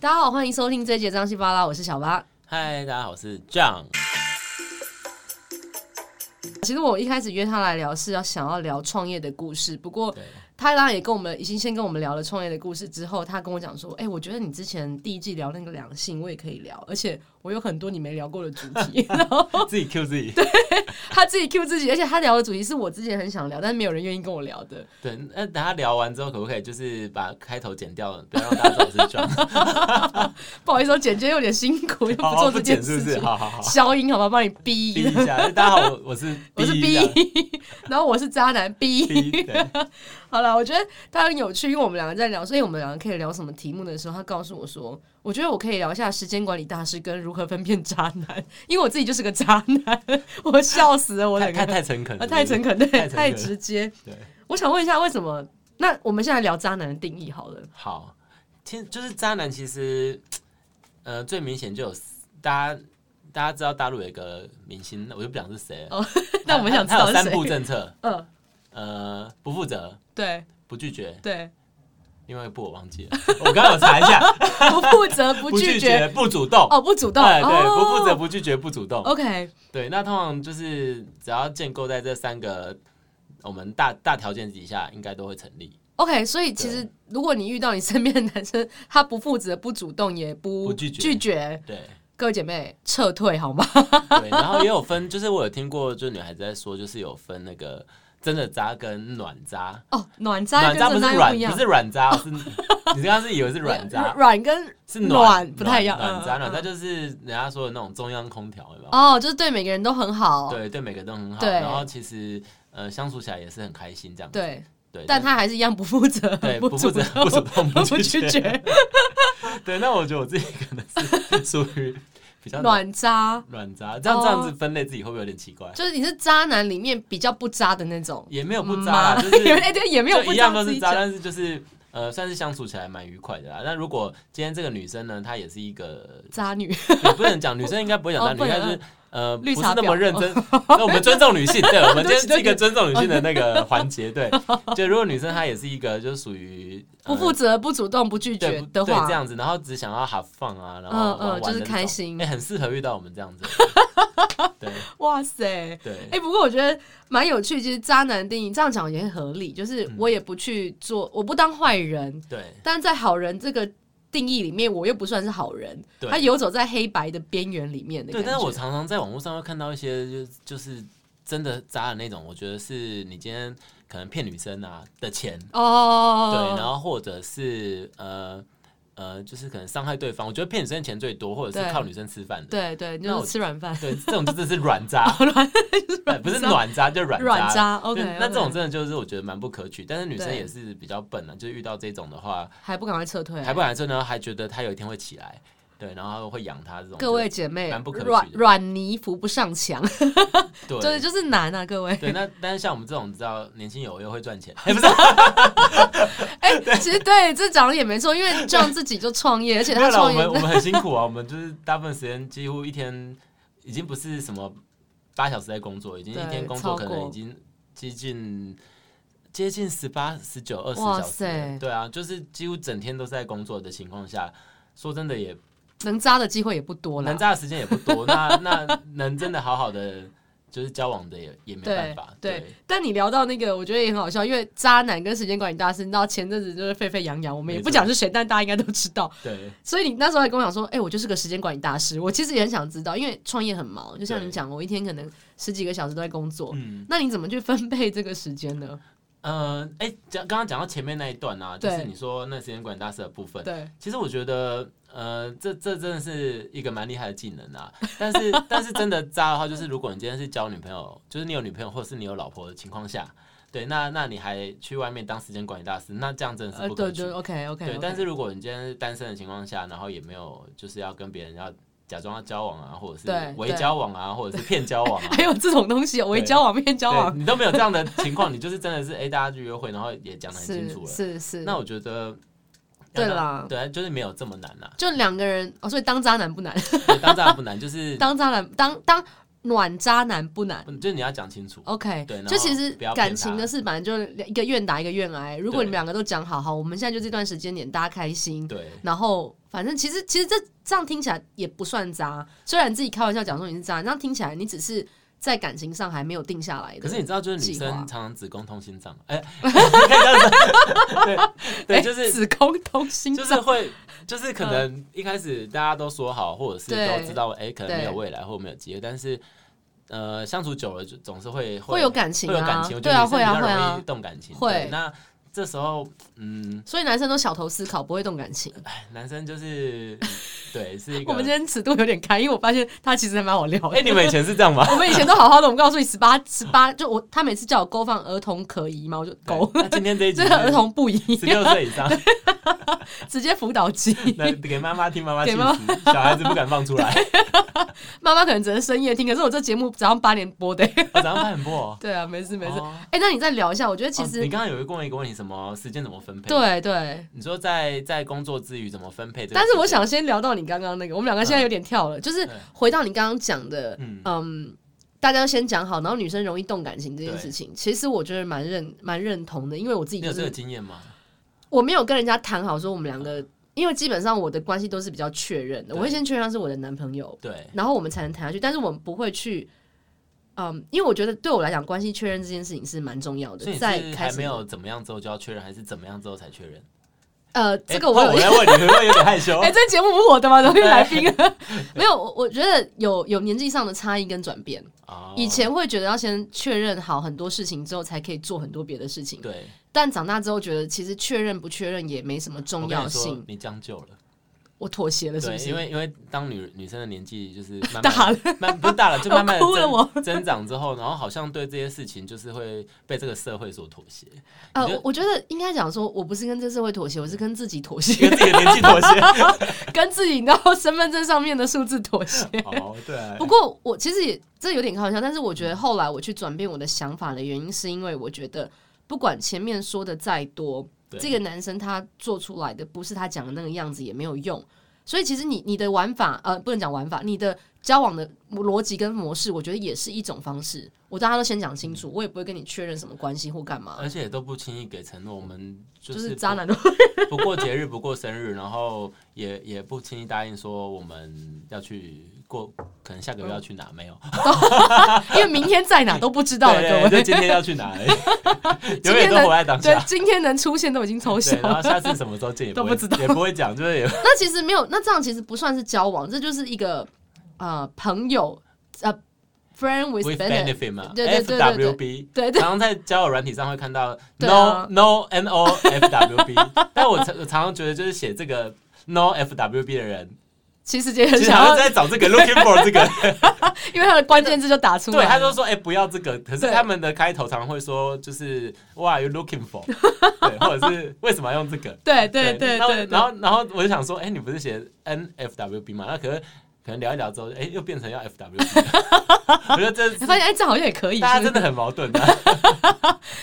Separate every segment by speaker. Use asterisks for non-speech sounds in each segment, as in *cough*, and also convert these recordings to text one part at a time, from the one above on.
Speaker 1: 大家好，欢迎收听这一节张西巴拉，我是小巴。
Speaker 2: 嗨，大家好，我是 John。
Speaker 1: 其实我一开始约他来聊是要想要聊创业的故事，不过
Speaker 2: 对，
Speaker 1: 他当然也跟我们已经先跟我们聊了创业的故事之后，他跟我讲说：“哎、我觉得你之前第一季聊那个两性，我也可以聊，而且我有很多你没聊过的主
Speaker 2: *laughs*
Speaker 1: 题。”然后
Speaker 2: 自己 Q 自己。
Speaker 1: 他自己 Q 自己，而且他聊的主题是我之前很想聊，但是没有人愿意跟我聊的。
Speaker 2: 对，那等下聊完之后，可不可以就是把开头剪掉，不要让大家知道我是 John？
Speaker 1: 不好意思，我剪接有点辛苦，又
Speaker 2: 好
Speaker 1: 做
Speaker 2: *laughs* 不
Speaker 1: 这
Speaker 2: 剪
Speaker 1: 件
Speaker 2: 是
Speaker 1: 事
Speaker 2: 不
Speaker 1: 情。
Speaker 2: 是？好
Speaker 1: *laughs*
Speaker 2: 好好，
Speaker 1: 消音好吧，帮你
Speaker 2: 逼
Speaker 1: 逼。
Speaker 2: 一下。大家好，我我是
Speaker 1: 我是
Speaker 2: B 这样
Speaker 1: B，然 *laughs* 后我是渣男 B。
Speaker 2: *laughs* 逼对
Speaker 1: 好了，我觉得他很有趣，因为我们两个在聊，所以我们两个可以聊什么题目的时候，他告诉我说，我觉得我可以聊一下时间管理大师跟如何分辨渣男，因为我自己就是个渣男，我笑死了，我
Speaker 2: 太 *laughs*
Speaker 1: 两
Speaker 2: 太
Speaker 1: 个
Speaker 2: 太诚恳
Speaker 1: 啊
Speaker 2: 了，
Speaker 1: 太诚恳，对，
Speaker 2: 太诚恳
Speaker 1: 太直接。
Speaker 2: 对，
Speaker 1: 我想问一下，为什么？那我们现在聊渣男的定义
Speaker 2: *laughs*
Speaker 1: 好了，
Speaker 2: 好，其实就是渣男，其实呃最明显就有四大家大家知道大陆有一个明星，我就不讲是谁了
Speaker 1: 哦。但我们想知
Speaker 2: 他他
Speaker 1: 道
Speaker 2: 有
Speaker 1: 是
Speaker 2: 三步
Speaker 1: 谁？
Speaker 2: 政策，
Speaker 1: 嗯，
Speaker 2: 呃，不负责，
Speaker 1: 对
Speaker 2: 不拒绝，
Speaker 1: 对，
Speaker 2: 另外一步我忘 *laughs* 记了，我刚刚有查一下，
Speaker 1: 不负责，不
Speaker 2: 不
Speaker 1: 拒
Speaker 2: 拒
Speaker 1: 绝，
Speaker 2: 绝，不主动。
Speaker 1: 哦，不主动，
Speaker 2: 哎，对，
Speaker 1: 哦
Speaker 2: 不负责、不拒绝、不主动。
Speaker 1: OK，
Speaker 2: 对，那通常就是只要建构在这三个我们大大条件底下，应该都会成立。
Speaker 1: OK，所以其实如果你遇到你身边的男生，他不负责、不主动，也不
Speaker 2: 不拒绝对
Speaker 1: 各位姐妹撤退好吗？
Speaker 2: 对，然后也有分，就是我有听过，就是女孩子在说，就是有分那个真的渣跟软渣，
Speaker 1: 哦，暖渣
Speaker 2: 软
Speaker 1: 跟
Speaker 2: 渣不
Speaker 1: 正
Speaker 2: 是
Speaker 1: 渣又
Speaker 2: 软，
Speaker 1: 一样，
Speaker 2: 不是软渣，是你刚刚是以为是软
Speaker 1: *laughs*
Speaker 2: 渣，
Speaker 1: 软跟
Speaker 2: 是
Speaker 1: 软不太一样，
Speaker 2: 软渣，
Speaker 1: 嗯
Speaker 2: 软渣就是人家说的那种中央空调，有没有？
Speaker 1: 哦，就是对每个人都很好，
Speaker 2: 对对，每个人都很好，
Speaker 1: 对
Speaker 2: 然后其实呃相处起来也是很开心这样子。
Speaker 1: 对
Speaker 2: 对，
Speaker 1: 但他还是一样不负责，
Speaker 2: *laughs* 对，不
Speaker 1: 主
Speaker 2: 负责
Speaker 1: 动，，
Speaker 2: 不主动，
Speaker 1: 不拒
Speaker 2: *laughs*
Speaker 1: 绝，
Speaker 2: 对，那我觉得我自己可能
Speaker 1: *laughs*
Speaker 2: 是属于比较软
Speaker 1: 暖渣
Speaker 2: 软渣，这样
Speaker 1: 哦
Speaker 2: 这样子分类自己会不会有点奇怪？
Speaker 1: 就是你是渣男里面比较不渣的那种，
Speaker 2: 也没有不渣
Speaker 1: 吗
Speaker 2: 啦，
Speaker 1: *laughs*
Speaker 2: 就是
Speaker 1: 哎对，也没有
Speaker 2: 就
Speaker 1: 不
Speaker 2: 一样
Speaker 1: 渣，
Speaker 2: 都
Speaker 1: 自
Speaker 2: 是
Speaker 1: 己
Speaker 2: 渣，
Speaker 1: 讲
Speaker 2: 但是就是呃，算是相处起来蛮愉快的啦。那如果今天这个女生呢，她也是一
Speaker 1: *laughs*
Speaker 2: 个，
Speaker 1: 渣女，
Speaker 2: 也不能讲女生应该不会讲
Speaker 1: 哦
Speaker 2: 渣女，
Speaker 1: 不
Speaker 2: 应
Speaker 1: 能
Speaker 2: 该就是呃不
Speaker 1: 绿
Speaker 2: 是
Speaker 1: 茶
Speaker 2: 那
Speaker 1: 婊
Speaker 2: 么认真。那我们尊重女性，对，
Speaker 1: *laughs*
Speaker 2: 我们今天
Speaker 1: 对
Speaker 2: 是一个尊重女性的那个环
Speaker 1: *laughs*
Speaker 2: 节，对。就如果女生她也是一个，就是属于
Speaker 1: 不
Speaker 2: 呃
Speaker 1: 负责、不主动、不拒
Speaker 2: 对
Speaker 1: 绝
Speaker 2: 不
Speaker 1: 的
Speaker 2: 对
Speaker 1: 话
Speaker 2: 这，样子，然后只想要 have fun 啊，
Speaker 1: 嗯
Speaker 2: 然后
Speaker 1: 嗯
Speaker 2: 玩玩
Speaker 1: 就是
Speaker 2: 的那种
Speaker 1: 开心
Speaker 2: *laughs* 哎，很适合遇到我们这样
Speaker 1: *laughs*
Speaker 2: 子。对
Speaker 1: 哇塞，哎、
Speaker 2: 对
Speaker 1: 不过我觉得蛮有趣。其实渣男定义这样讲也很合理，就是
Speaker 2: 嗯
Speaker 1: 我也不去做，我不当坏人，
Speaker 2: 对
Speaker 1: 但在好人这个定义里面，我又不算是好人，
Speaker 2: 对
Speaker 1: 他游走在黑白的边缘里面的
Speaker 2: 对，
Speaker 1: 感觉。
Speaker 2: 但是我常常在网络上会看到一些就就是真的渣的那种，我觉得是你今天可能骗女生啊的钱，对，
Speaker 1: 哦，
Speaker 2: 然后或者是呃呃，就是可能伤害对方。我觉得骗女生的钱最多，或者
Speaker 1: 对
Speaker 2: 是靠女生吃饭的。
Speaker 1: 对哦对，
Speaker 2: 那
Speaker 1: 就
Speaker 2: 我
Speaker 1: 是吃软饭，
Speaker 2: 对，这种就真的是
Speaker 1: *laughs*
Speaker 2: 软渣，对不是暖渣，就软
Speaker 1: 软
Speaker 2: 渣。
Speaker 1: 渣。OK，
Speaker 2: 对那这种
Speaker 1: OK
Speaker 2: 真的就是我觉得蛮不可取，但是女生
Speaker 1: 对
Speaker 2: 也是比较笨啊，就是遇到这种的话，
Speaker 1: 还不赶快撤退、啊
Speaker 2: 还不然真的还觉得他有一天会起来，对，然后会养他这种。
Speaker 1: 各位姐妹
Speaker 2: 蛮不，可取的
Speaker 1: 软软泥扶不上墙，
Speaker 2: 对
Speaker 1: 对，就是难啊，各位。
Speaker 2: 对，那但是像我们这种知道年轻有为又会赚
Speaker 1: *laughs*
Speaker 2: 钱，哎、不是，
Speaker 1: 哎、其实对，这讲的也没错，因为这样自己就创业，而且
Speaker 2: 没有
Speaker 1: 他
Speaker 2: 啦，我
Speaker 1: 创业
Speaker 2: 们我们很辛苦啊，我们就是大部分时间几乎一天已经不是什么八小时在工作，已经
Speaker 1: 对
Speaker 2: 一天工
Speaker 1: 超
Speaker 2: 作可
Speaker 1: 过
Speaker 2: 能已经接近接近十八、十九、二十
Speaker 1: 哇
Speaker 2: 小时
Speaker 1: 塞
Speaker 2: 了，对啊，就是几乎整天都在工作的情况下，说真的也
Speaker 1: 能渣的机会也不多了
Speaker 2: 能。扎的时间也不多，那那能真的好好的就是交往的也也没办法，
Speaker 1: 对但你聊到那个，我觉得也很好笑，因为渣男跟时间管理大师，你知道前阵子就是沸沸扬扬，我们也不
Speaker 2: 没错
Speaker 1: 讲是谁，但大家应该都知道。
Speaker 2: 对
Speaker 1: 所以你那时候还跟我讲说，哎、我就是个时间管理大师。我其实也很想知道，因为创业很忙，就像
Speaker 2: 对
Speaker 1: 你讲，我一天可能十几个小时都在工作，
Speaker 2: 嗯。
Speaker 1: 那你怎么去分配这个时间
Speaker 2: *laughs*
Speaker 1: 呢？
Speaker 2: 嗯，哎、讲刚刚讲到前面那一段啊，就
Speaker 1: 对
Speaker 2: 是你说那时间管理大师的部分，
Speaker 1: 对，
Speaker 2: 其实我觉得，呃，这这真的是一个蛮厉害的技能啊。但是但是真的渣的话，就是如果你今天是交女朋友，就是你有女朋友或是你有老婆的情况下，对，那那你还去外面当时间管理大师，那这样真的是
Speaker 1: 呃，
Speaker 2: 不
Speaker 1: 对
Speaker 2: 可取。
Speaker 1: 对，OK OK， *laughs*
Speaker 2: 对，但是如果你今天是单身的情况下，然后也没有就是要跟别人要假装要交往啊，或者
Speaker 1: 对
Speaker 2: 是伪
Speaker 1: 对
Speaker 2: 交往啊，或者是
Speaker 1: *laughs*
Speaker 2: 骗交往啊，
Speaker 1: 还有这种东西，哦我一交往面交
Speaker 2: 对
Speaker 1: 往，
Speaker 2: 你都没有这样的情况，你就是真的是哎、诶大家去约会，然后也讲的很清
Speaker 1: 是
Speaker 2: 楚了。
Speaker 1: 是是，
Speaker 2: 那我觉得，
Speaker 1: 对
Speaker 2: 了，
Speaker 1: 啦。
Speaker 2: 对，就是没有这么难啦、
Speaker 1: 就两个人哦，所以当渣男不难，
Speaker 2: 对当然不难，就
Speaker 1: *laughs*
Speaker 2: 是
Speaker 1: 当渣男当当暖渣男不难。
Speaker 2: 不就是你要讲清楚。
Speaker 1: OK，
Speaker 2: 对然后
Speaker 1: 就其实
Speaker 2: 不要骗
Speaker 1: 感情的事，本来就一个愿打一个愿挨。如果你们两个都讲好好，我们现在就这段时间点大家开心，
Speaker 2: 对
Speaker 1: 然后反正其实其实这这样听起来也不算渣，虽然你自己开玩笑讲说你是渣，这样听起来你只是在感情上还没有定下来的。
Speaker 2: 可是你知道，就是女
Speaker 1: 计划
Speaker 2: 生常常子宫通心脏，哎、 *laughs* 可以这样子 *laughs* 对对，
Speaker 1: 哎
Speaker 2: 就是
Speaker 1: 子宫同心嗯
Speaker 2: 就是会，就是可能一开始大家都说好，或者是
Speaker 1: 对
Speaker 2: 都知道，哎、可能
Speaker 1: 对
Speaker 2: 没有未来或没有机会，但是呃，相处久了就总是会
Speaker 1: 会有感情
Speaker 2: 会有
Speaker 1: 啊
Speaker 2: 感情，我觉
Speaker 1: 对
Speaker 2: 得
Speaker 1: 啊
Speaker 2: 女生
Speaker 1: 会啊
Speaker 2: 比较
Speaker 1: 会
Speaker 2: 容易
Speaker 1: 啊
Speaker 2: 动感情，
Speaker 1: 会
Speaker 2: 对那这时候，嗯，
Speaker 1: 所以男生都小头思考，不会动感情。
Speaker 2: 哎男生就是对是 *laughs* 一
Speaker 1: *laughs*
Speaker 2: 个，
Speaker 1: 我们今天尺度有点开，因为我发现他其实还蛮好聊的。
Speaker 2: *laughs* 哎、你们以前是这样吗？
Speaker 1: *laughs* 我们以前都好好的，我们告诉你十八十八，就我他每次叫我勾放儿童可疑嘛，我就勾，
Speaker 2: 对那今天这一
Speaker 1: *laughs*
Speaker 2: 集
Speaker 1: 这个儿童不宜，
Speaker 2: 十六岁以上，
Speaker 1: *laughs* 直接辅导
Speaker 2: *laughs*
Speaker 1: 机。
Speaker 2: 那给妈妈听，妈妈
Speaker 1: 给
Speaker 2: 信
Speaker 1: 妈
Speaker 2: 息，小孩子不敢放出
Speaker 1: *laughs*
Speaker 2: 来，
Speaker 1: 妈妈可能只能深夜听，可是我这节目早上八点播的。
Speaker 2: 我早上拍很播哦。
Speaker 1: 对啊，没事没事。哎、
Speaker 2: 哦
Speaker 1: 那你再聊一下，我觉得其
Speaker 2: 哦
Speaker 1: 实、
Speaker 2: 你刚刚有问一个问题，什么时间怎么分配？，
Speaker 1: 对对，
Speaker 2: 你说在在工作之余怎么分配这个时间？
Speaker 1: 但是我想先聊到你刚刚那个，我们两个现在有点跳了，就是
Speaker 2: 对
Speaker 1: 回到你刚刚讲的，
Speaker 2: 嗯
Speaker 1: 嗯。大家都先讲好，然后女生容易动感情这件事情，其实我觉得蛮认蛮认同的，因为我自己
Speaker 2: 你
Speaker 1: 就
Speaker 2: 有这
Speaker 1: 是
Speaker 2: 个经验吗？
Speaker 1: 我没有跟人家谈好说我们两个，因为基本上我的关系都是比较确认的，
Speaker 2: 对
Speaker 1: 我会先确认他是我的男朋友，
Speaker 2: 对，
Speaker 1: 然后我们才能谈下去。但是我们不会去，嗯，因为我觉得对我来讲，关系确认这件事情是蛮重要的。
Speaker 2: 所以你
Speaker 1: 在
Speaker 2: 是
Speaker 1: 开
Speaker 2: 还
Speaker 1: 始
Speaker 2: 没有怎么样之后就要确认，还是怎么样之后才确认？
Speaker 1: 呃，
Speaker 2: 哎
Speaker 1: 这个我
Speaker 2: 换
Speaker 1: 有
Speaker 2: 我来问你， *laughs* 会不会有点害羞
Speaker 1: *laughs* 哎、？这节目不是我的吗？怎么又来宾 *laughs* 了？哎没有，我我觉得有有年纪上的差异跟转变。
Speaker 2: 哦
Speaker 1: 以前会觉得要先确认好很多事情之后，才可以做很多别的事情。
Speaker 2: 对，
Speaker 1: 但长大之后，觉得其实确认不确认也没什么重要
Speaker 2: 我跟你
Speaker 1: 性
Speaker 2: 说。你将就了，
Speaker 1: 我妥协了，是不
Speaker 2: 对，
Speaker 1: 是？
Speaker 2: 因为因为当女女生的年纪就是慢慢
Speaker 1: 大 *laughs* 了，
Speaker 2: 慢不是大了，就慢慢
Speaker 1: 我哭了
Speaker 2: 的
Speaker 1: 我
Speaker 2: 增增长之后，然后好像对这些事情就是会被这个社会所妥协，
Speaker 1: 呃
Speaker 2: 你觉得，
Speaker 1: 我觉得应该讲说，我不是跟这社会妥协，我是跟自己妥协
Speaker 2: 跟，自己的年纪妥协。
Speaker 1: 跟自己然后身份证上面的数字妥协。
Speaker 2: *laughs* 哦，对
Speaker 1: *laughs* 不，过我其实也这有点开玩笑，但是我觉得后来我去转变我的想法的原因，是因为我觉得不管前面说的再多，
Speaker 2: 对
Speaker 1: 这个男生他做出来的不是他讲的那个样子也没有用。所以其实你你的玩法，呃，不能讲玩法，你的交往的逻辑跟模式，我觉得也是一种方式。我大家都先讲清楚，我也不会跟你确认什么关系或干嘛，
Speaker 2: 而且也都不轻易给承诺，我们就
Speaker 1: 就是
Speaker 2: 是
Speaker 1: 渣男
Speaker 2: *laughs* 不过节日，不过生日，然后也也不轻易答应说我们要去过，可能下个月要去哪？没有，
Speaker 1: 因为明天在哪都不知道了，
Speaker 2: 对
Speaker 1: 各
Speaker 2: 就
Speaker 1: 位。
Speaker 2: 今天要去哪而
Speaker 1: *laughs*
Speaker 2: 已？
Speaker 1: 今
Speaker 2: 永远
Speaker 1: 天
Speaker 2: 都
Speaker 1: 的
Speaker 2: 活在当
Speaker 1: 对
Speaker 2: 下，。
Speaker 1: 今天能出现都已经抽
Speaker 2: 对，
Speaker 1: 象。
Speaker 2: 然后下次什么时候见也
Speaker 1: *laughs* 都
Speaker 2: 会
Speaker 1: 不知道
Speaker 2: 也不会讲，就
Speaker 1: *laughs*
Speaker 2: 是也
Speaker 1: 那其实没有，那这样其实不算是交往，这就是一个呃朋友呃 friend with
Speaker 2: with
Speaker 1: benefit。
Speaker 2: benefit 嘛
Speaker 1: 对对对对对
Speaker 2: ，FWB。
Speaker 1: 对对
Speaker 2: 常常在交友软体上会看到
Speaker 1: 对啊
Speaker 2: no no n o f
Speaker 1: *laughs*
Speaker 2: w b，但我常我常常觉得就是写这个 no f w b 的人，
Speaker 1: 其实也很
Speaker 2: 其实
Speaker 1: 想
Speaker 2: 好像
Speaker 1: 要，
Speaker 2: 在找
Speaker 1: *laughs*
Speaker 2: 这个 looking for 这个，
Speaker 1: 因为他的关键字就打出来。
Speaker 2: 对，他就说哎、不要这个，可是
Speaker 1: 啊对
Speaker 2: 他们的开头常会说就是哇 you looking for，对， *laughs* 或者是为什么要用这个？
Speaker 1: 对对对
Speaker 2: 那我
Speaker 1: 对，
Speaker 2: 然后然后我就想说，哎、你不是写 N F W B 嘛？那可是可能聊一聊之后，哎、又变成要 F W B，我觉得这
Speaker 1: 你发
Speaker 2: 是
Speaker 1: 现哎，这好像也可以。
Speaker 2: 大家
Speaker 1: 是
Speaker 2: 真
Speaker 1: 不
Speaker 2: 的
Speaker 1: 是
Speaker 2: 很矛盾啊。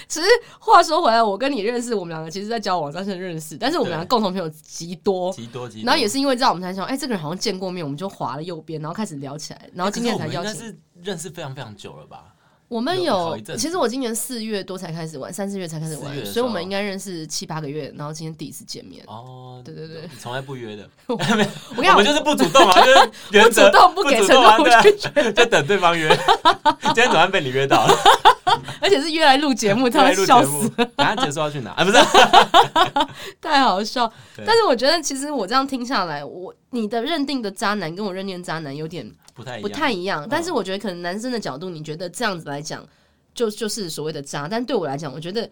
Speaker 1: 其实话说回来，我跟你认识，我们两个其实在交往上是认识，但是我们
Speaker 2: 对
Speaker 1: 两个共同朋友极多。
Speaker 2: 极多极多，
Speaker 1: 然后也是因为这样，我们才想，哎、这个人好像见过面，我们就划了右边，然后开始聊起来，然后今天才邀
Speaker 2: 哎可
Speaker 1: 请
Speaker 2: 是我。们应该是认识非常非常久了吧？
Speaker 1: 我们
Speaker 2: 有
Speaker 1: 有
Speaker 2: 好一阵，子
Speaker 1: 其实我今年四月多才开始玩，三四月才开始
Speaker 2: 四月
Speaker 1: 玩，
Speaker 2: 的时候
Speaker 1: 所以我们应该认识七八个月，然后今天第一次见
Speaker 2: *laughs*
Speaker 1: 面。
Speaker 2: 哦，
Speaker 1: 对对对，
Speaker 2: 从来不约的，
Speaker 1: 我跟你
Speaker 2: 我
Speaker 1: 讲，
Speaker 2: 们就是不主动啊，就是
Speaker 1: 不
Speaker 2: 原
Speaker 1: 主
Speaker 2: 则
Speaker 1: 动
Speaker 2: 不
Speaker 1: 不给
Speaker 2: 主
Speaker 1: 承
Speaker 2: 动
Speaker 1: 诺
Speaker 2: 啊，
Speaker 1: 不
Speaker 2: 对啊
Speaker 1: 拒绝，
Speaker 2: 就等对方约。 *laughs* 今天早上被你约到了，
Speaker 1: 而且是约来录
Speaker 2: *laughs*
Speaker 1: 节目，他
Speaker 2: 来
Speaker 1: 们
Speaker 2: 录
Speaker 1: 笑
Speaker 2: 节
Speaker 1: 死
Speaker 2: 目，，等下结束要去哪？
Speaker 1: *laughs*
Speaker 2: 啊，不是，
Speaker 1: 太好笑。
Speaker 2: 对
Speaker 1: 但是我觉得，其实我这样听下来，我你的认定的渣男跟我认定的渣男有点
Speaker 2: 不太一
Speaker 1: 不
Speaker 2: 样，
Speaker 1: 太一样
Speaker 2: 嗯。
Speaker 1: 但是我觉得，可能男生的角度，你觉得这样子来讲，就就是所谓的渣。但对我来讲，我觉得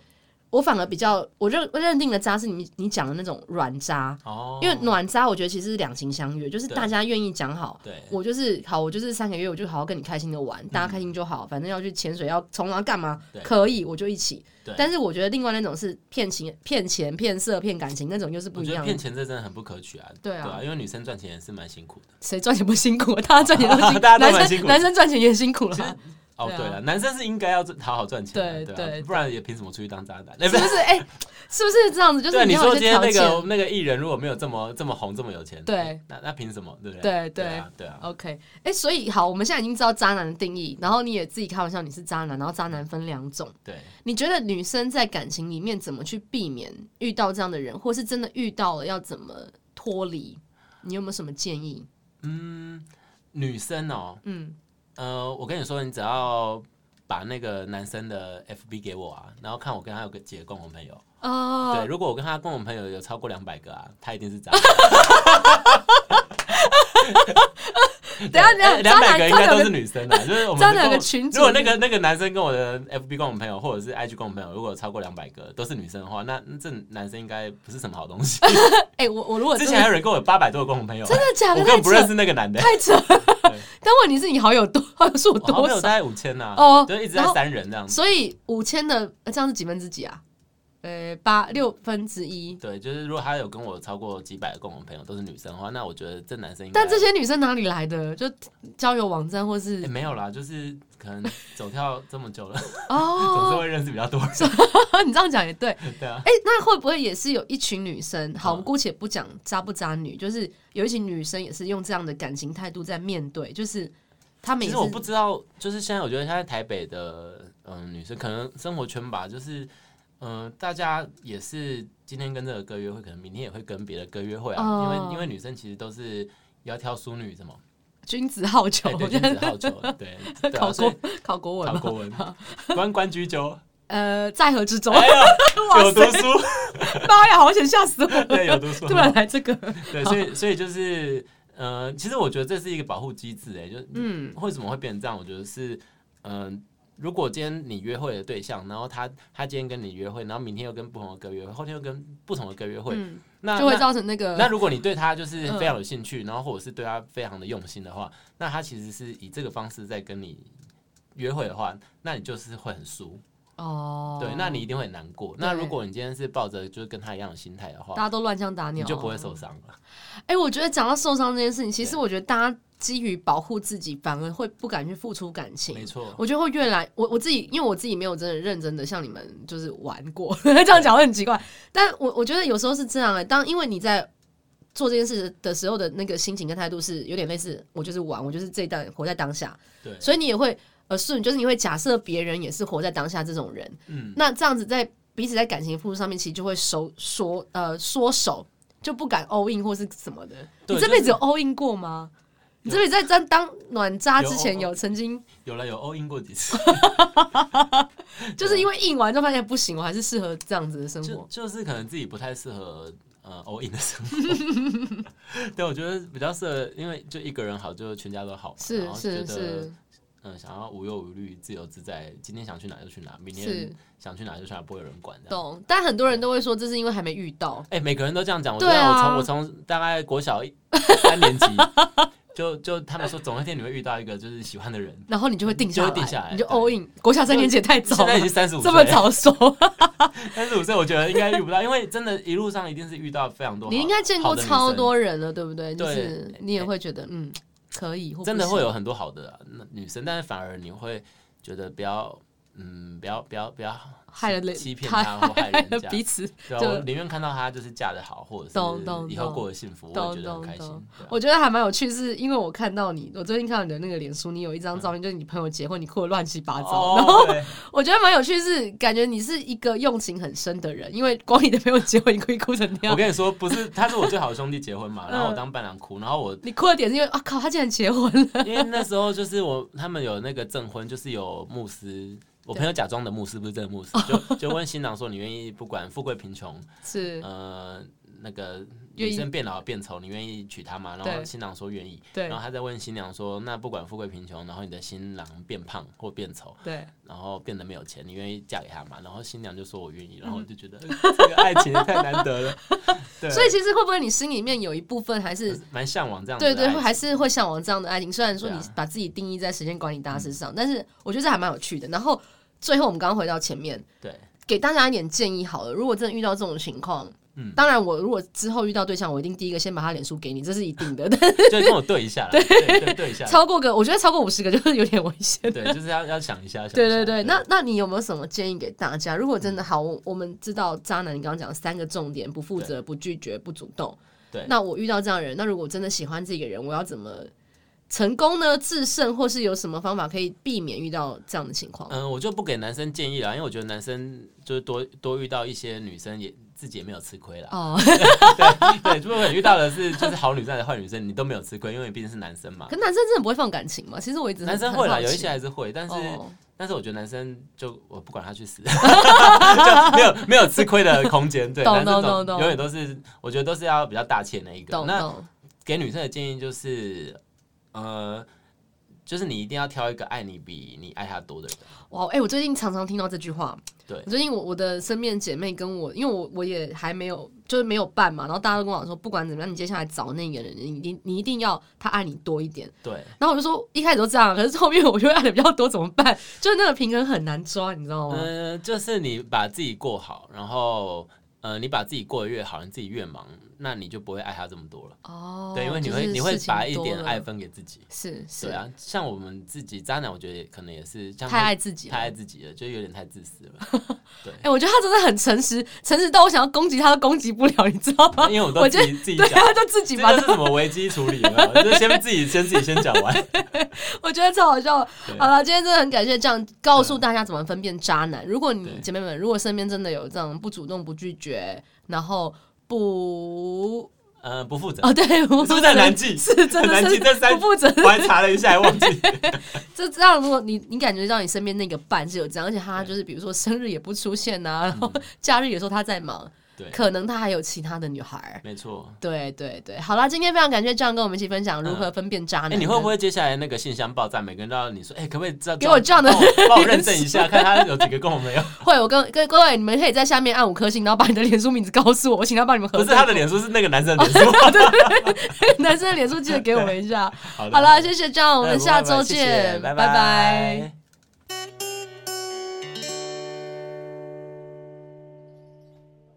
Speaker 1: 我反而比较，我认我认定的渣是你你讲的那种软渣，
Speaker 2: 哦，
Speaker 1: 因为暖渣，我觉得其实是两情相悦，就是
Speaker 2: 对
Speaker 1: 大家愿意讲好。
Speaker 2: 对
Speaker 1: 我就是好，我就是三个月，我就好好跟你开心的玩，大家开心就好，反正要去潜水，要冲浪干嘛
Speaker 2: 嗯对，
Speaker 1: 可以我就一起
Speaker 2: 对。
Speaker 1: 但是我觉得另外那种是骗情、骗钱、骗色、骗感情那种，又是不
Speaker 2: 我
Speaker 1: 一
Speaker 2: 觉得
Speaker 1: 样
Speaker 2: 骗
Speaker 1: 的。
Speaker 2: 钱这真的很不可取啊，
Speaker 1: 对啊
Speaker 2: 啊，因为女生赚钱也是蛮辛苦的。
Speaker 1: 谁赚钱不辛苦？ *laughs* 大家赚钱都
Speaker 2: *laughs*
Speaker 1: 辛苦，
Speaker 2: 大家都蛮
Speaker 1: 男
Speaker 2: 辛苦
Speaker 1: 生男生赚钱也辛苦了
Speaker 2: 其实
Speaker 1: 吧，
Speaker 2: 哦，
Speaker 1: 对啊
Speaker 2: 对了，男生是应该要好好赚钱的，
Speaker 1: 对
Speaker 2: 对
Speaker 1: 对
Speaker 2: 啊，不然也凭什么出去当渣男？
Speaker 1: 是不是？哎，是不是这样子？就是
Speaker 2: 对，啊
Speaker 1: 你
Speaker 2: 你
Speaker 1: 要有
Speaker 2: 说
Speaker 1: 一
Speaker 2: 今
Speaker 1: 些条
Speaker 2: 天那个
Speaker 1: 件。
Speaker 2: 那个艺人如果没有这么这么红，这么有钱，
Speaker 1: 对，
Speaker 2: 那那凭什么？对不对？
Speaker 1: 对
Speaker 2: 对
Speaker 1: 对
Speaker 2: 啊，对啊，
Speaker 1: OK，哎、所以好，我们现在已经知道渣男的定义，然后你也自己开玩笑你是渣男，然后渣男分两种。
Speaker 2: 对。
Speaker 1: 你觉得女生在感情里面怎么去避免遇到这样的人，或是真的遇到了要怎么脱离？你有没有什么建议？
Speaker 2: 嗯，女生哦，
Speaker 1: 嗯，
Speaker 2: 呃，我跟你说，你只要把那个男生的 FB 给我啊，然后看我跟他有个几个共同朋友。对，
Speaker 1: 哦，
Speaker 2: 如果我跟他共同朋友有超过两百个啊，他一定是渣。
Speaker 1: 等一 *laughs* 下等一下，
Speaker 2: 两
Speaker 1: 渣
Speaker 2: 百
Speaker 1: 男
Speaker 2: 个应该
Speaker 1: 他
Speaker 2: 都
Speaker 1: 有
Speaker 2: 是
Speaker 1: 个
Speaker 2: 女生啊，就是我
Speaker 1: *laughs*
Speaker 2: 们
Speaker 1: 渣男有
Speaker 2: 共
Speaker 1: 个群组
Speaker 2: 如果那个那个男生跟我的 FB 共同朋友或者是 IG 共同朋友，如果有超过两百个都是女生的话，那那这男生应该不是什么好东西。
Speaker 1: 哎，我 *laughs* 我如果
Speaker 2: 之
Speaker 1: 真
Speaker 2: 前还
Speaker 1: 的
Speaker 2: 有人跟我有八百多个共同朋
Speaker 1: *laughs*
Speaker 2: 友，啊
Speaker 1: 真的假
Speaker 2: 我
Speaker 1: 的，
Speaker 2: 根本不
Speaker 1: 太
Speaker 2: 认
Speaker 1: 扯
Speaker 2: 识那个男的，
Speaker 1: 太扯
Speaker 2: 对。
Speaker 1: *laughs* 但问题是你好友多好友数
Speaker 2: 我好
Speaker 1: 多
Speaker 2: 朋友
Speaker 1: 少
Speaker 2: 大？概五千呐，
Speaker 1: 哦
Speaker 2: 就一直
Speaker 1: 然
Speaker 2: 在
Speaker 1: 后
Speaker 2: 三人这样子。
Speaker 1: 所以五千的呃这样是几分之几啊？呃，八六分之一。
Speaker 2: 对，就是如果他有跟我超过几百个共同朋友都是女生的话，那我觉得这男生应该
Speaker 1: 但这些女生哪里来的？就交友网站或是
Speaker 2: 诶没有啦，就是可能走跳这么久了， *laughs* 总是
Speaker 1: 哦，
Speaker 2: 会认识比较多人。
Speaker 1: *laughs* 你这样讲也对。
Speaker 2: 对啊，
Speaker 1: 哎、那会不会也是有一群女生？好，我们
Speaker 2: 嗯
Speaker 1: 姑且不讲渣不渣女，就是有一群女生也是用这样的感情态度在面对，就是她们
Speaker 2: 其
Speaker 1: 也是
Speaker 2: 实我不知道，就是现在我觉得现在台北的嗯、女生可能生活圈吧，就是嗯、呃大家也是今天跟这个哥约会，可能明天也会跟别的哥约会啊，
Speaker 1: 哦
Speaker 2: 因为因为女生其实都是。要挑淑女什么？
Speaker 1: 君子好逑，
Speaker 2: 哎
Speaker 1: 我
Speaker 2: 对，
Speaker 1: 觉
Speaker 2: 君子
Speaker 1: 得
Speaker 2: 好逑，
Speaker 1: *laughs*
Speaker 2: 对，对啊
Speaker 1: 考
Speaker 2: 所以
Speaker 1: 国考国文
Speaker 2: 考
Speaker 1: 嘛，
Speaker 2: 国文，关关
Speaker 1: *laughs*
Speaker 2: 雎鸠，
Speaker 1: 呃，在河之中，
Speaker 2: 哎呀，有
Speaker 1: *laughs* 哇
Speaker 2: 读
Speaker 1: 塞，
Speaker 2: 书， *laughs*
Speaker 1: 妈呀，好险，吓死我
Speaker 2: 对，
Speaker 1: 了！
Speaker 2: 有读书，
Speaker 1: 突然来这个，
Speaker 2: *laughs* 对，所以所以就是，呃，其实我觉得这是一个保护机制、哎，就
Speaker 1: 嗯，
Speaker 2: 为什么会变成这样？我觉得是，嗯、如果今天你约会的对象，然后他他今天跟你约会，然后明天又跟不同的哥约会，后天又跟不同的哥约会，
Speaker 1: 嗯
Speaker 2: 那
Speaker 1: 就会
Speaker 2: 那
Speaker 1: 造成那个
Speaker 2: 那如果你对他就是
Speaker 1: 嗯
Speaker 2: 非常有兴趣，然后或者是对他非常的用心的话，那他其实是以这个方式在跟你约会的话，那你就是会很输，
Speaker 1: 哦，
Speaker 2: 对，那你一定会很难过。那
Speaker 1: 对
Speaker 2: 如果你今天是抱着就是跟他一样的心态的
Speaker 1: 大
Speaker 2: 话，
Speaker 1: 家都乱枪打
Speaker 2: 你
Speaker 1: 鸟，啊
Speaker 2: 就不会受。伤了。
Speaker 1: 哎、我觉得讲到受伤这件事情，其实
Speaker 2: 对
Speaker 1: 我觉得大家基于保护自己，反而会不敢去付出感情
Speaker 2: 没。错，
Speaker 1: 我觉得会越来，我我自己因为我自己没有真的认真的像你们就是玩过， *laughs* 这样讲会很奇怪。但我我觉得有时候是这样的、当因为你在做这件事的时候的那个心情跟态度是有点类似，我就是玩，我就是这一段活在当下，
Speaker 2: 对，
Speaker 1: 所以你也会呃顺，就是你会假设别人也是活在当下这种人，
Speaker 2: 嗯，
Speaker 1: 那这样子在彼此在感情付出上面，其实就会收缩呃缩手，就不敢 all in 或是什么的。
Speaker 2: 对
Speaker 1: 你这辈子有 all in 过吗？你
Speaker 2: 有
Speaker 1: 这辈子在当当暖渣之前，
Speaker 2: 有
Speaker 1: 有曾经
Speaker 2: 有了有 all in 过几次，
Speaker 1: 就是因为硬完就发现不行，我还是适合这样子的生
Speaker 2: 就
Speaker 1: 活。
Speaker 2: 就是可能自己不太适合呃 all in 的生活。 *laughs* 对，我觉得比较适合，因为就一个人好，就全家都好嘛。然
Speaker 1: 是
Speaker 2: 后觉
Speaker 1: 是
Speaker 2: 得
Speaker 1: 是
Speaker 2: 嗯、想要无忧无虑、自由自在，今天想去哪就去哪，明天
Speaker 1: 是，
Speaker 2: 想去哪就去哪，不会有人管的。
Speaker 1: 懂。但很多人都会说，这是因为还没遇到。
Speaker 2: 哎、每个人都这样讲。我觉
Speaker 1: 对
Speaker 2: 得
Speaker 1: 啊
Speaker 2: 我从我从大概国小一三年级，就就他们说，总有一天你会遇到一个就是喜欢的人。
Speaker 1: 然后你就会定下
Speaker 2: 就会定下来
Speaker 1: 你就
Speaker 2: 对
Speaker 1: all in。国小三年级也太早
Speaker 2: 现在已
Speaker 1: 了
Speaker 2: 经，三十五岁
Speaker 1: 这么
Speaker 2: 了，
Speaker 1: 早熟，
Speaker 2: 三十五岁，我觉得应该遇不到，因为真的一路上一定是遇到非常多好。
Speaker 1: 你应该见过
Speaker 2: 好的女生
Speaker 1: 超多人了，对不对？就
Speaker 2: 对
Speaker 1: 是你也会觉得，嗯，可以，或
Speaker 2: 真的
Speaker 1: 不行
Speaker 2: 会有很多好的啊那女生，但是反而你会觉得不要，嗯，不要不要不要
Speaker 1: 害了人
Speaker 2: 欺骗
Speaker 1: 害
Speaker 2: 她或害人家，
Speaker 1: 彼此。
Speaker 2: 对啊，
Speaker 1: 就
Speaker 2: 我宁愿看到她就是嫁得好，或者
Speaker 1: 懂懂
Speaker 2: 是以后
Speaker 1: 懂
Speaker 2: 过得幸福，我
Speaker 1: 懂
Speaker 2: 也觉得很
Speaker 1: 懂
Speaker 2: 开心
Speaker 1: 懂。
Speaker 2: 对啊
Speaker 1: 我觉得还蛮有趣，是因为我看到你，我最近看到你的那个脸书，你有一张照片，就是你朋友结婚，你哭的乱七八糟。然后
Speaker 2: 哦，对
Speaker 1: 我觉得蛮有趣，是感觉你是一个用情很深的人，因为光你的朋友结婚，你可以哭成那
Speaker 2: 我
Speaker 1: 样。*laughs*
Speaker 2: 跟你说，不是，他是我最好的兄弟结婚嘛，然后我
Speaker 1: 嗯
Speaker 2: 当伴郎哭，然后我
Speaker 1: 你哭的点是因为啊靠，他竟然结婚了，
Speaker 2: 因为那时候就是我他们有那个证婚，就是有牧师。我朋友假装的牧师不是真
Speaker 1: *laughs*
Speaker 2: 的牧师，就就问新郎说：“你愿意不管富贵贫穷，
Speaker 1: 是
Speaker 2: 呃，那个
Speaker 1: 愿
Speaker 2: 女
Speaker 1: 意
Speaker 2: 生变老变丑，你愿意娶她吗？然后
Speaker 1: 对
Speaker 2: 新郎说愿意，
Speaker 1: 对
Speaker 2: 然后他再问新娘说，那不管富贵贫穷，然后你的新郎变胖或变丑，
Speaker 1: 对，
Speaker 2: 然后变得没有钱，你愿意嫁给他吗？然后新娘就说我愿意，然后我就觉得、呃这个爱情也太难得了，对，
Speaker 1: 所以其实会不会你心里面有一部分还是
Speaker 2: 蛮向往这样子的
Speaker 1: 对
Speaker 2: 爱情，
Speaker 1: 对，还是会向往这样的爱情。虽然说你
Speaker 2: 对啊嗯
Speaker 1: 把自己定义在时间管理大师上，但是我觉得这还蛮有趣的。然后最后我们刚刚回到前面，
Speaker 2: 对，
Speaker 1: 给大家一点建议好了。如果真的遇到这种情况，
Speaker 2: 嗯
Speaker 1: 当然我如果之后遇到对象，我一定第一个先把他脸书给你，这是一定的。但
Speaker 2: 就跟我对一下啦，对对对一下，
Speaker 1: 超过个，我觉得超过五十个就是有点危险。
Speaker 2: 对，就是要要想一下，想一
Speaker 1: 对
Speaker 2: 下
Speaker 1: 对对，那那你有没有什么建议给大家？如果真的好，我我们知道渣男，你刚刚讲三个重点：不负责、不拒绝、不主动。
Speaker 2: 对
Speaker 1: 那我遇到这样的人，那如果真的喜欢这个人，我要怎么成功呢？制胜，或是有什么方法可以避免遇到这样的情况？
Speaker 2: 嗯，我就不给男生建议了，因为我觉得男生就是多多遇到一些女生也自己也没有吃亏啦。
Speaker 1: 哦，
Speaker 2: *laughs* 对，如果你遇到的是就是好女生还是坏女生，你都没有吃亏，因为你毕竟是男生嘛
Speaker 1: 可。男生真的不会放感情吗？其实我一直
Speaker 2: 男生
Speaker 1: 很
Speaker 2: 会
Speaker 1: 好
Speaker 2: 啦，
Speaker 1: 奇
Speaker 2: 有一些还是会，但是、
Speaker 1: 哦
Speaker 2: 但是我觉得男生就我不管他去死， *laughs* 就没有没有吃亏的空间。对，
Speaker 1: 懂
Speaker 2: 男生
Speaker 1: 懂懂懂
Speaker 2: 永远都是我觉得都是要比较大气的那一个。
Speaker 1: 懂
Speaker 2: 那
Speaker 1: 懂
Speaker 2: 给女生的建议就是，呃，就是你一定要挑一个爱你比你爱他多的人。
Speaker 1: 哇！哎、我最近常常听到这句话。
Speaker 2: 对
Speaker 1: 我最近我我的身边姐妹跟我，因为我我也还没有就是没有办嘛，然后大家都跟我讲说，不管怎么样，你接下来找那个人，你一定你一定要他爱你多一点。
Speaker 2: 对，
Speaker 1: 然后我就说一开始都这样，可是后面我就爱的比较多，怎么办？就是那个平衡很难抓，你知道吗？
Speaker 2: 嗯、就是你把自己过好，然后呃，你把自己过得越好，你自己越忙，那你就不会爱他这么多了。
Speaker 1: 哦，
Speaker 2: 对，因为你
Speaker 1: 就是
Speaker 2: 会你会
Speaker 1: 事情
Speaker 2: 把一
Speaker 1: 多
Speaker 2: 点
Speaker 1: 了
Speaker 2: 爱分给自己。
Speaker 1: 是是
Speaker 2: 对，啊，像我们自己渣男，我觉得也可能也是像
Speaker 1: 太爱自己了
Speaker 2: 太。爱自己了，就有点太自私
Speaker 1: *laughs*
Speaker 2: 了。
Speaker 1: 哎、我觉得他真的很诚实，诚实到我想要攻击他都攻击不了，你知道吗？
Speaker 2: 因为我都
Speaker 1: 我
Speaker 2: 自
Speaker 1: 觉
Speaker 2: 己自己
Speaker 1: 对
Speaker 2: 讲，
Speaker 1: 啊，就自己把
Speaker 2: 这就是什么危机处理了，就先自己先自己先讲
Speaker 1: *laughs*
Speaker 2: 完。
Speaker 1: 我觉得超好笑的
Speaker 2: 对。
Speaker 1: 好了，今天真的很感谢这样告诉大家怎么分辨渣男。如果你
Speaker 2: 对
Speaker 1: 姐妹们，如果身边真的有这样不主动、不拒绝，然后不
Speaker 2: 呃，不负责，
Speaker 1: 哦，对，我
Speaker 2: 是不是很难记
Speaker 1: 是真
Speaker 2: 很
Speaker 1: 的
Speaker 2: *laughs* 难
Speaker 1: 是
Speaker 2: 记这三
Speaker 1: 不负责。
Speaker 2: 我还查了一下，还忘
Speaker 1: *laughs*
Speaker 2: 记。
Speaker 1: 这这样，如果你你感觉到你身边那个伴是有这样，而且他就是比如说生日也不出现呐、然后假日有时候他在忙，
Speaker 2: 对，
Speaker 1: 可啊能他还有其他的女孩儿。
Speaker 2: 没错。
Speaker 1: 对对对，好啦，今天非常感谢这样跟我们一起分享如何
Speaker 2: 嗯
Speaker 1: 分辨渣男
Speaker 2: 哎、
Speaker 1: 跟。
Speaker 2: 你会不会接下来那个信箱爆炸，每个人都要你说，哎、可不可以这
Speaker 1: 给我这样的
Speaker 2: 帮我帮我认证一下，
Speaker 1: *laughs*
Speaker 2: 看他有几个跟我没有？
Speaker 1: 会，我跟各各位，你们可以在下面按五颗星，然后把你的脸书名字告诉我，我请他帮你们核
Speaker 2: 不
Speaker 1: 对。
Speaker 2: 是他的脸书，是那个男生的
Speaker 1: 哦
Speaker 2: 脸书。
Speaker 1: *laughs* 男生的脸书记得给我们一下。
Speaker 2: 好
Speaker 1: *laughs* 好了，谢谢这样，我
Speaker 2: 哎
Speaker 1: 们
Speaker 2: 不
Speaker 1: 下
Speaker 2: 会不会
Speaker 1: 周
Speaker 2: 谢谢
Speaker 1: 见，
Speaker 2: 拜
Speaker 1: 拜拜
Speaker 2: 拜